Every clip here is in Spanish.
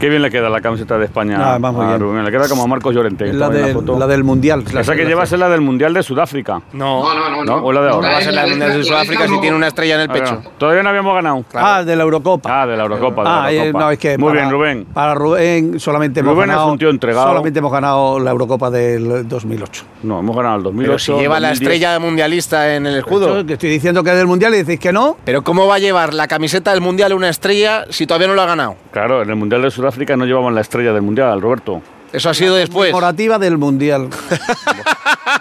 Qué bien le queda la camiseta de España. No, además Ah, muy a bien. Rubén. Le queda como a Marcos Llorente. que La, estaba en del- foto. la del Mundial. Esa que llevas es la del Mundial de Sudáfrica. No, no, no. ¿No? ¿O la de ahora? Va a ser la La isla- Mundial de la Sudáfrica isla si no. tiene una estrella en el A ver, pecho. Todavía no habíamos ganado. Ah, de la Eurocopa. Ah, de la Eurocopa. de la Ah, eh, Eurocopa. no, es que Muy para- bien, Rubén. Para Rubén solamente hemos Rubén es ganado. un tío entregado. Solamente hemos ganado la Eurocopa del 2008. No, hemos ganado el Pero 2008. si lleva la 2010. estrella mundialista en el Yo escudo. que estoy diciendo que es del mundial y decís que no. Pero ¿cómo va a llevar la camiseta del mundial una estrella si todavía no lo ha ganado? Claro, en el Mundial de Sudáfrica no llevaban la estrella del Mundial, Roberto. Eso ha sido después. Comemorativa del mundial.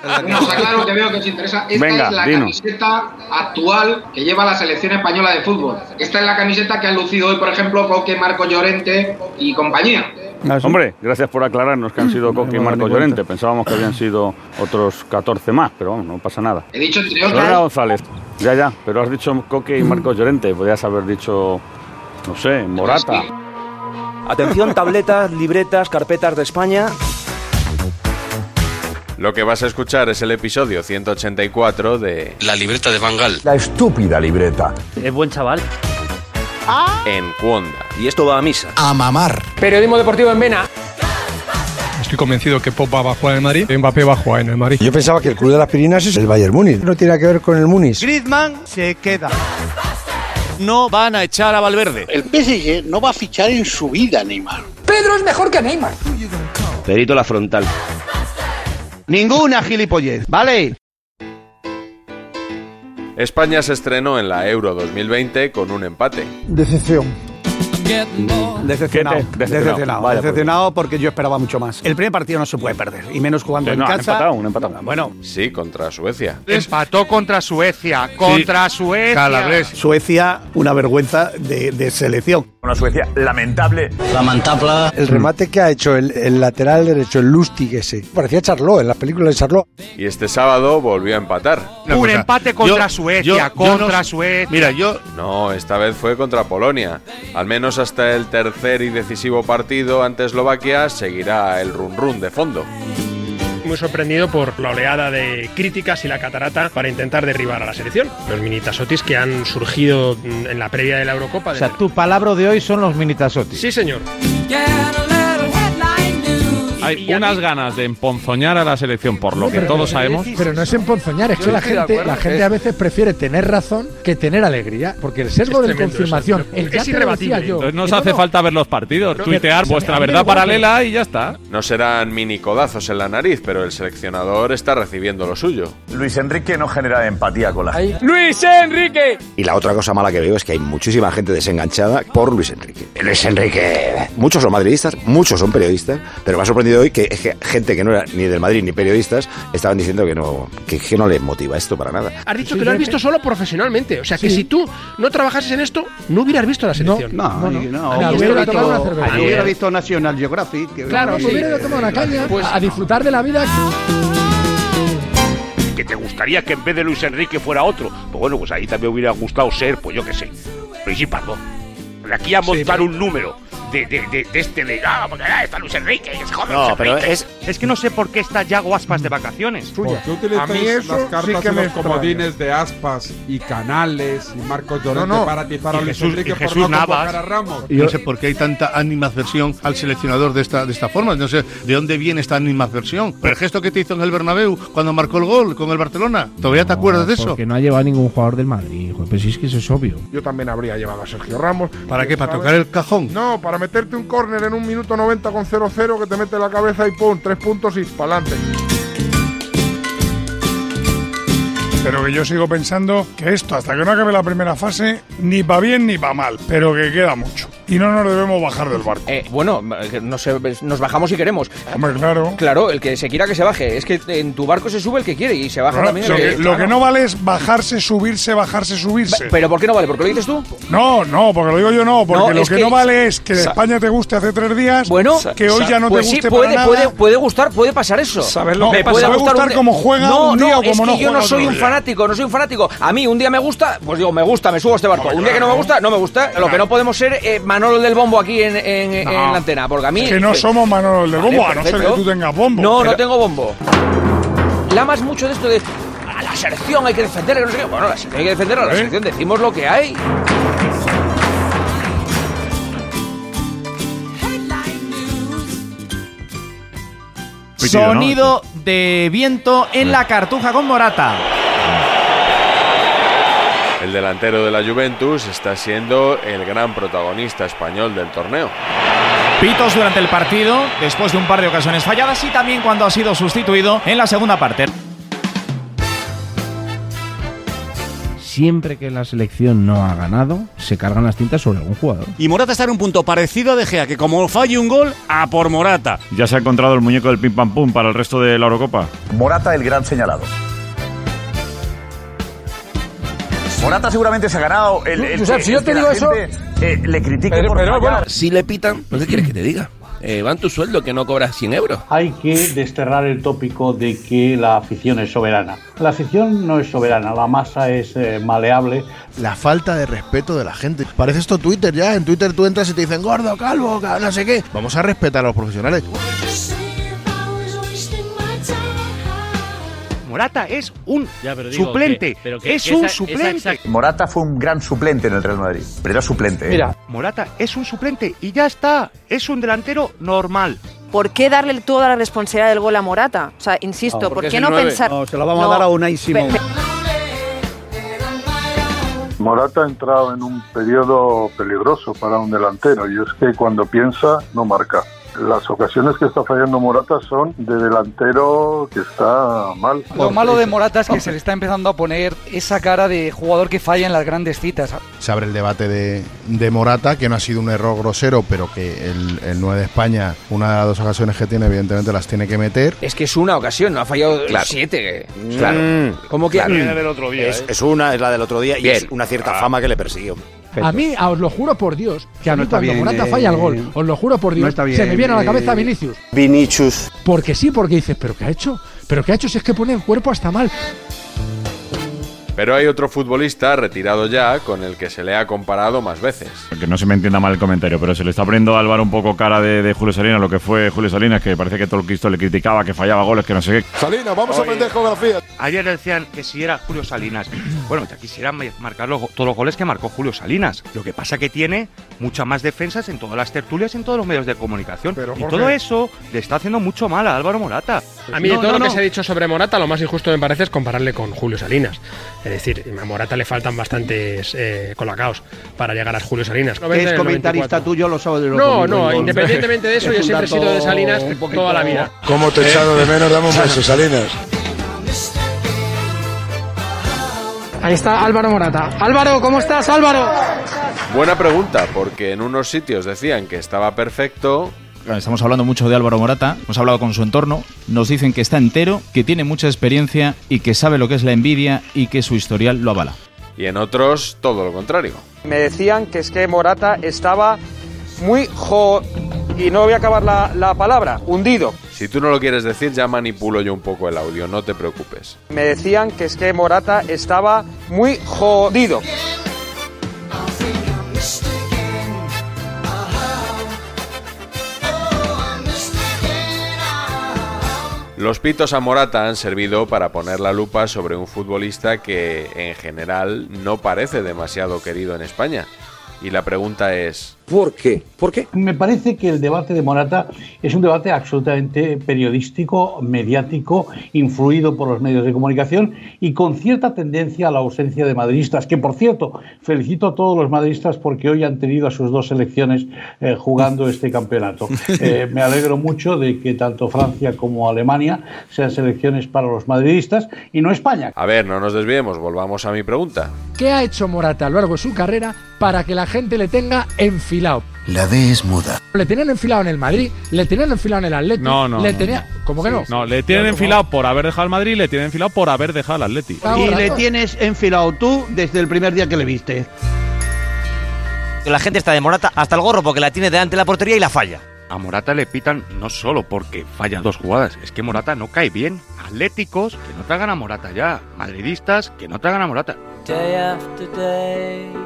Bueno, está claro que veo que os interesa. Esta Venga, es la dinos. camiseta actual que lleva la selección española de fútbol. Esta es la camiseta que han lucido hoy, por ejemplo, Coque, Marco Llorente y compañía. Ah, sí. Mm, Hombre, gracias por aclararnos que han sido Coqui y hemos Marco dado ni cuenta. Llorente. Pensábamos que habían sido otros 14 más, pero vamos, no pasa nada. He dicho entre Lorena otras. González. Ya, ya, pero has dicho Coque y Marcos Llorente. Podrías haber dicho, no sé, Morata. Atención, tabletas, libretas, carpetas de España. Lo que vas a escuchar es el episodio 184 de La libreta de Bangal. La estúpida libreta. Es buen chaval. En Cuonda. Y esto va a misa. A mamar. Periodismo deportivo en Vena. Estoy convencido que Pop va a jugar en el Madrid, Mbappé va a jugar en el Madrid. Yo pensaba que el club de las Pirinas es el Bayern Múnich. No tiene nada que ver con el Múnich. Griezmann se queda. No van a echar a Valverde. El PSG no va a fichar en su vida, Neymar. Pedro es mejor que Neymar. Perito la frontal. Ninguna gilipollez, ¿vale? España se estrenó en la Euro 2020 con un empate. Decepción. Decepcionado. ¿Qué te- decepcionado? Decepcionado. Vaya, pues. Decepcionado porque yo esperaba mucho más. El primer partido no se puede perder. Y menos jugando Sí, en Eh, no, han casa. empatado, han empatado. Bueno, Sí, contra Suecia. Empató contra Suecia. Contra Suecia. Calabres. Suecia, una vergüenza de, de selección. Una Suecia lamentable. Lamentable. El remate que ha hecho el, el lateral derecho, el Lustig ese. Parecía Charlot, en las películas de Charlot. Y este sábado volvió a empatar. Un empate contra Suecia, contra Suecia. Mira, yo No, esta vez fue contra Polonia. Al menos hasta el tercer y decisivo partido ante Eslovaquia seguirá el run run de fondo. muy sorprendido por la oleada de críticas y la catarata para intentar derribar a la selección. Los minitasotis que han surgido mm, en la previa de la Eurocopa. O sea, tu palabra de hoy son los minitasotis. Sí, señor. Hay unas ganas de emponzoñar a la selección, por lo que todos sabemos. Pero no es emponzoñar, es que la gente, la gente a veces prefiere tener razón que tener alegría. Porque el sesgo de confirmación, el ya te lo decía yo. Entonces nos hace falta ver los partidos, tuitear vuestra a mí me verdad igual, paralela y ya está. No serán mini codazos en la nariz, pero el seleccionador está recibiendo lo suyo. Luis Enrique no genera empatía con la gente. Luis Enrique. Y la otra cosa mala que veo es que hay muchísima gente desenganchada por Luis Enrique. Luis Enrique. Muchos son madridistas, muchos son periodistas, pero me ha sorprendido hoy que, es que gente que no era ni del Madrid ni periodistas estaban diciendo que no, que, que no les motiva esto para nada. Has dicho que lo has visto solo profesionalmente. O sea, que si tú no trabajases en esto, no hubieras visto la selección. No, no. Ayer Ayer hubiera hubiera tomado una Ah, visto- cerveza. ayer hubiera visto- National Geographic. Claro, sí. Pues- disfrutar de la vida. que te gustaría que en vez de Luis Enrique fuera otro. Pues bueno, pues ahí también hubiera gustado ser, pues yo qué sé, Luigi Pardo. De aquí a montar un número de, de- de- de este de. Ah, porque ah, está Luis Enrique, es joder. No, Luis pero Enrique". es- Es que no sé por qué está ya Guaspas de vacaciones. ¿Por qué utilizáis las cartas en los comodines de Aspas y Canales y Marcos Llorente no. para tipar a Y Luis Jesús- Enrique y por Jesús no convocar Navas. a Ramos? Y no sé por qué hay tanta animadversión al seleccionador de esta, de esta forma. No sé de dónde viene esta animadversión. Pero el gesto que te hizo en el Bernabéu cuando marcó el gol con el Barcelona, ¿todavía te acuerdas de eso? Porque no ha llevado a ningún jugador del Madrid, joder, pero si es que eso es obvio. Yo también habría llevado a Sergio Ramos. ¿Para qué? ¿Para tocar el cajón? No, Para meterte un córner en un minuto 90 con 0-0 que te mete la cabeza y pum, tres puntos y pa'lante. Pero que yo sigo pensando que esto, hasta que no acabe la primera fase, ni va bien ni va mal, pero que queda mucho. Y no nos debemos bajar del barco. Eh, bueno, nos, nos bajamos si queremos. Hombre, claro. Claro, el que se quiera que se baje. Es que en tu barco se sube el que quiere y se baja Claro, también Eh, lo, el que, que, lo que claro. no vale es bajarse, subirse, bajarse, subirse. Pero ¿por qué no vale? ¿Porque lo dices tú? No, no, porque lo digo yo no, porque No, lo es que, que- no vale es que de Sa- España te guste hace tres días, Bueno, que hoy ya no pues te guste sí, puede, para nada. puede, puede gustar, puede pasar eso. ¿Sabes lo que pasa? Puede gustar un- como juega no, un día no, o como es no que yo juega no otro soy un día. fanático, no soy un fanático. A mí un día me gusta, pues digo, me gusta, me subo a este barco. un día que no me gusta, no me gusta. Lo que no podemos ser eh, Manolo del Bombo aquí en, en- en No. la antena, porque a mí... Es que no somos Manolo del Vale, Bombo, a no ser que perfecto. tú tengas bombo. No, no Pero- tengo bombo. Lamas mucho de esto de... A la selección hay que defender, que no sé qué. Bueno, la selección hay que defender, a la selección decimos lo que hay. Sonido de viento en la cartuja con Morata. El delantero de la Juventus está siendo el gran protagonista español del torneo. Pitos durante el partido, después de un par de ocasiones falladas y también cuando ha sido sustituido en la segunda parte. Siempre que la selección no ha ganado, se cargan las tintas sobre algún jugador. Y Morata está en un punto parecido a De Gea, que como falle un gol, a por Morata. Ya se ha encontrado el muñeco del pim pam pum para el resto de la Eurocopa. Morata el gran señalado. Morata seguramente se ha ganado el. el Josep, que- si yo el este te que la digo eso- gente, eh, le critique por fallar. Si le pitan, ¿no te quieres que te diga? Eh, va en tu sueldo que no cobras 100 euros. Hay que desterrar el tópico de que la afición es soberana. La afición no es soberana, la masa es eh, maleable. La falta de respeto de la gente. Parece esto Twitter ya. En Twitter tú entras y te dicen gordo, calvo, ca- no sé qué. Vamos a respetar a los profesionales. Morata es un digo, suplente. que- es un suplente. Morata fue un gran suplente en el Real Madrid, pero era suplente. ¿eh? Morata es un suplente y ya está. Es un delantero normal. ¿Por qué darle toda la responsabilidad del gol a Morata? O sea, insisto, No, ¿por Ah, porque qué es el no nueve. pensar? No, se la vamos a dar a Unai Simón. pe- pe- Morata ha entrado en un periodo peligroso para un delantero y es que cuando piensa no marca. Las ocasiones que está fallando Morata son de delantero que está mal. Lo malo de Morata es que se le está empezando a poner esa cara de jugador que falla en las grandes citas. Se abre el debate de, de Morata, que no ha sido un error grosero, pero que el, el 9 de España, una de las dos ocasiones que tiene, evidentemente las tiene que meter. Es que es una ocasión, no ha fallado Claro. siete. Claro. ¿Cómo que? Claro. Mm. ¿eh? es, es una, es la del otro día y es una Ah. cierta fama que le persiguió. A mí, a- os lo juro por Dios, que Ya a mí no está cuando bien, Morata eh, falla el gol, os lo juro por Dios, no está se bien, me viene a la eh, cabeza Vinicius. Vinicius. Porque sí, porque dices, ¿pero qué ha hecho? ¿Pero qué ha hecho? Si es que pone el cuerpo hasta mal. Pero hay otro futbolista retirado ya con el que se le ha comparado más veces. Que no se me entienda mal el comentario, pero se le está poniendo a Álvaro un poco cara de, de Julio Salinas, lo que fue Julio Salinas, que parece que todo el Cristo le criticaba, que fallaba goles, que no sé qué. Salinas, vamos a aprender geografía. Ayer decían que si era Julio Salinas. Bueno, ya quisieran ma- marcar los go- todos los goles que marcó Julio Salinas. Lo que pasa que tiene muchas más defensas en todas las tertulias, en todos los medios de comunicación. y Jorge- todo eso le está haciendo mucho mal a Álvaro Morata. A mí de No, todo no, lo que no. se ha dicho sobre Morata, lo más injusto me parece es compararle con Julio Salinas. Es decir, a Morata le faltan bastantes eh, colacaos para llegar a Julio Salinas. No vende es el comentarista 94. tuyo los sábados y los No, domingos. no, independientemente de eso, Es yo un siempre he dato sido de Salinas un poquito- toda la vida. ¿Cómo te he Eh, echado de menos? Dame un beso, Salinas. Ahí está Álvaro Morata. Álvaro, ¿cómo estás, Álvaro? Buena pregunta, porque en unos sitios decían que estaba perfecto. Estamos hablando mucho de Álvaro Morata, hemos hablado con su entorno, nos dicen que está entero, que tiene mucha experiencia y que sabe lo que es la envidia y que su historial lo avala. Y en otros, todo lo contrario. Me decían que es que Morata estaba muy jo... Y no voy a acabar la, la palabra, hundido. Si tú no lo quieres decir, ya manipulo yo un poco el audio, no te preocupes. Me decían que es que Morata estaba muy jodido. Los pitos a Morata han servido para poner la lupa sobre un futbolista que en general no parece demasiado querido en España. Y la pregunta es, ¿Por qué? ¿Por qué? Me parece que el debate de Morata es un debate absolutamente periodístico, mediático, influido por los medios de comunicación y con cierta tendencia a la ausencia de madridistas, que por cierto, felicito a todos los madridistas porque hoy han tenido a sus dos selecciones eh, jugando este campeonato. Eh, me alegro mucho de que tanto Francia como Alemania sean selecciones para los madridistas y no España. a ver, no nos desviemos, volvamos a mi pregunta. ¿Qué ha hecho Morata a lo largo de su carrera para que la gente le tenga enfilado? La D es muda. Le tenían enfilado en el Madrid, le tenían enfilado en el Atlético. No, no, Le no, tenía... ¿Cómo que no? No, le tienen Claro, enfilado por haber dejado el Madrid, le tienen enfilado por haber dejado el Atleti. Ah, Y le tienes enfilado tú desde el primer día que le viste. La gente está de Morata hasta el gorro porque la tiene delante de la portería y la falla. A Morata le pitan no solo porque falla dos jugadas, es que Morata no cae bien. Atléticos, que no tragan a Morata ya. Madridistas, que no tragan a Morata.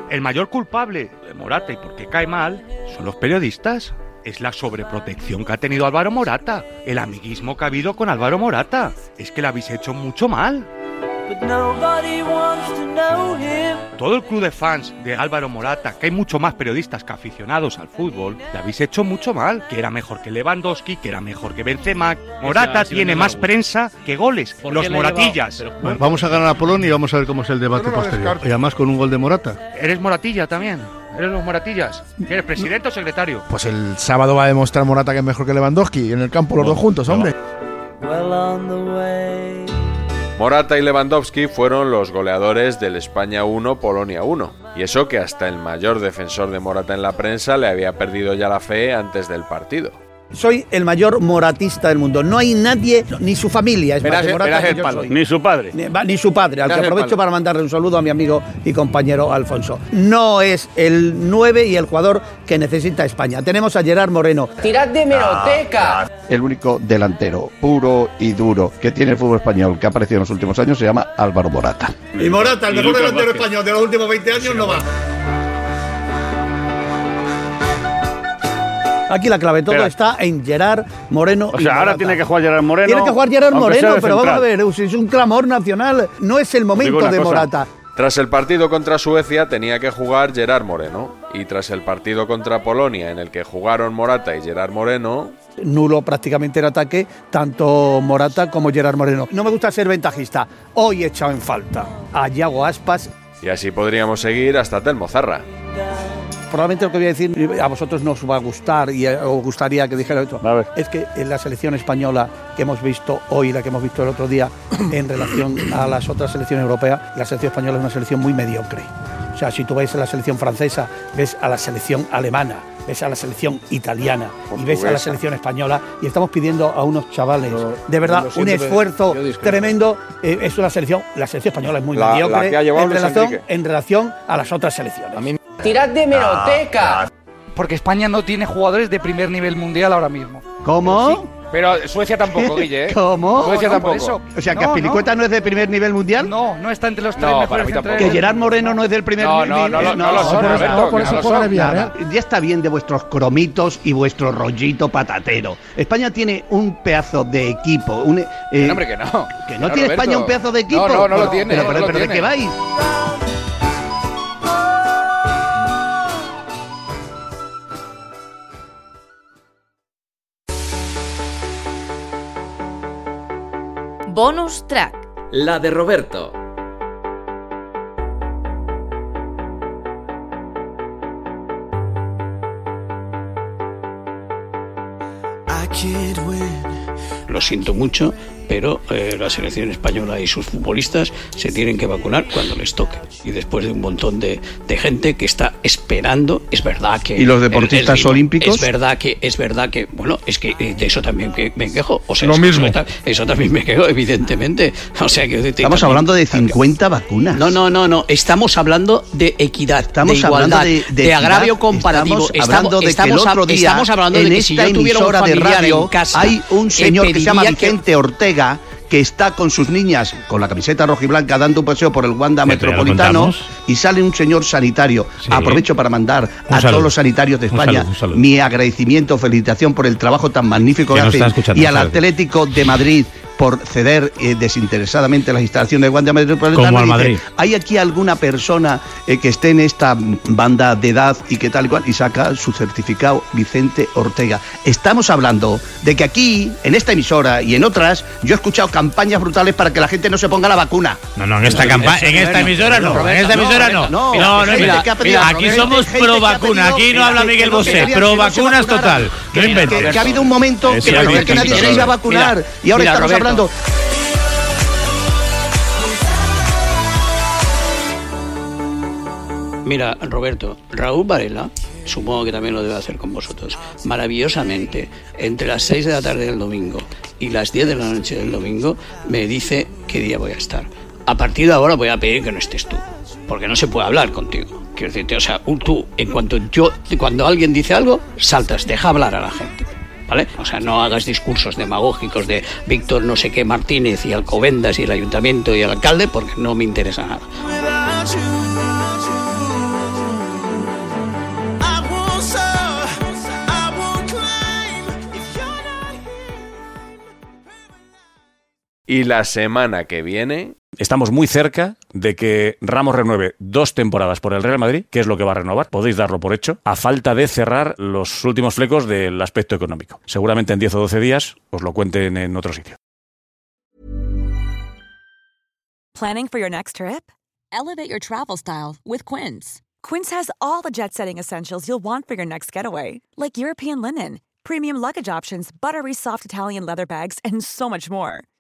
El mayor culpable de Morata y por qué cae mal son los periodistas. Es la sobreprotección que ha tenido Álvaro Morata. El amiguismo que ha habido con Álvaro Morata. Es que la habéis hecho mucho mal. Todo el club de fans de Álvaro Morata, que hay mucho más periodistas que aficionados al fútbol, le habéis hecho mucho mal. Que era mejor que Lewandowski, que era mejor que Benzema. Morata ha sido tiene mi más argumento. prensa que goles. ¿Por Los qué le he llevado? moratillas. Bueno, vamos a ganar a Polonia y vamos a ver cómo es el debate Yo no lo posterior. descarto. Y además con un gol de Morata. ¿Eres moratilla también? ¿Eres los moratillas? ¿Eres presidente o secretario? Pues el sábado va a demostrar Morata que es mejor que Lewandowski en el campo los dos juntos, hombre. Morata y Lewandowski fueron los goleadores del España 1, Polonia 1. Y eso que hasta el mayor defensor de Morata en la prensa le había perdido ya la fe antes del partido. Soy el mayor moratista del mundo. No hay nadie, ni su familia es más de Morata que yo soy. Ni su padre. Ni- va- ni su padre, al que Verás el aprovecho palo. para mandarle un saludo a mi amigo y compañero Alfonso. No es el 9 y el jugador que necesita España. Tenemos a Gerard Moreno. Tirad ah, de meroteca. El único delantero puro y duro que tiene el fútbol español que ha aparecido en los últimos años se llama Álvaro Morata. Y Morata, el Y mejor Lucas delantero Vázquez. español de los últimos 20 años, no va. Aquí la clave todo Espera. está en Gerard Moreno. O y sea, ahora Morata. tiene que jugar Gerard Moreno, Tiene que jugar Gerard aunque Moreno, sea de pero vamos a central. ver, es un clamor nacional. No es el Digo momento una de cosa. Morata. Tras el partido contra Suecia tenía que jugar Gerard Moreno. Y tras el partido contra Polonia en el que jugaron Morata y Gerard Moreno, nulo prácticamente el ataque, tanto Morata como Gerard Moreno. No me gusta ser ventajista. Hoy he echado en falta a Yago Aspas. y así podríamos seguir hasta Telmo Zarra. Probablemente lo que voy a decir a vosotros no os va a gustar y eh, os gustaría que dijera esto. Es que en la selección española que hemos visto hoy, la que hemos visto el otro día, en relación a las otras selecciones europeas, la selección española es una selección muy mediocre. O sea, si tú ves a la selección francesa, ves a la selección alemana, ves a la selección italiana y ves a la Portuguesa. selección española y estamos pidiendo a unos chavales de verdad lo un siento, pero esfuerzo yo discrepo. tremendo Eh, es una selección la selección española es muy La- la mediocre que ha llevado en Luis relación, Enrique. en relación a las otras selecciones Tirad de meroteca. porque España no tiene jugadores de primer nivel mundial ahora mismo ¿Cómo? pero Suecia tampoco, Guille, ¿eh? cómo Suecia No, por tampoco. eso. O sea, No, que no. Aspilicueta no. es de primer nivel mundial no no está entre los tres No, mejores para mí centrales. tampoco. que Gerard Moreno no es del primer No, nivel no, no lo- no lo son, por eso- Alberto, que no lo son. Nada. Ya está bien de vuestros cromitos y vuestro rollito patatero. España tiene un pedazo de equipo. Un, eh, Que no, hombre, que no. Que no tiene España un pedazo de equipo. No, no, no Pero- lo tiene. Pero, no pero- lo pero ¿de tiene. qué vais? Bonus track. La de Roberto. Lo siento mucho, pero eh, la selección española y sus futbolistas se tienen que vacunar cuando les toque. Y después de un montón de, de gente que está esperando, es verdad que... ¿Y los el- el deportistas ritmo, olímpicos? Es verdad que, es verdad que, bueno, es que eh, de eso también que me quejo. O sea, Lo es que mismo. Eso, ta- eso también me quejo, evidentemente. O sea, que... Estamos hablando de 50 vacunas. No, no, no, no. Estamos hablando de equidad, Estamos de igualdad, hablando de- de equidad, agravio comparativo. estamos hablando de que el estamos hab- otro día, estamos hablando de en que si esta yo tuviera un emisora de familiar radio, en casa, hay un eh, señor que se llama pediría que- Vicente Ortega que está con sus niñas con la camiseta roja y blanca dando un paseo por el Wanda Pero ya lo Metropolitano contamos. y sale un señor sanitario. Aprovecho para mandar Un a saludo. todos los sanitarios de Un España saludo, un saludo. mi agradecimiento, felicitación por el trabajo tan magnífico Que que nos está hacen escuchando, y al saludo. Atlético de Madrid por ceder eh, desinteresadamente las instalaciones de Guardia Como Metropolitana. al y dice, Madrid. ¿Hay aquí alguna persona eh, que esté en esta banda de edad y que tal y cual? Y saca su certificado Vicente Ortega. Estamos hablando de que aquí, en esta emisora y en otras, yo he escuchado campañas brutales para que la gente no se ponga la vacuna. No, no, en esta campa- en esta emisora no, en esta emisora no. No, no, mira, mira, aquí somos pro vacuna, aquí no habla Miguel Bosé, pro vacunas total. No inventes. Eh, Que, que ha habido un momento Eso que es parecía que distinto, nadie se Roberto. iba a vacunar Mira, y ahora mira, estamos Roberto. hablando. Mira, Roberto, Raúl Varela, supongo que también lo debe hacer con vosotros, maravillosamente, entre las 6 de la tarde del domingo y las 10 de la noche del domingo, me dice qué día voy a estar. A partir de ahora voy a pedir que no estés tú, porque no se puede hablar contigo. Quiero decirte, o sea, un tú, en cuanto yo, cuando alguien dice algo, saltas, deja hablar a la gente. ¿Vale? O sea, no hagas discursos demagógicos de Víctor no sé qué Martínez y Alcobendas y el ayuntamiento y el alcalde porque no me interesa nada. Y la semana que viene, Estamos muy cerca de que Ramos renueve dos temporadas por el Real Madrid, que es lo que va a renovar, podéis darlo por hecho, a falta de cerrar los últimos flecos del aspecto económico. Seguramente en 10 o 12 días os lo cuenten en otro sitio. Planning for your next trip? Elevate your travel style with Quince. Quince has all the jet setting essentials you'll want for your next getaway, like European linen, premium luggage options, buttery soft Italian leather bags, and so much more.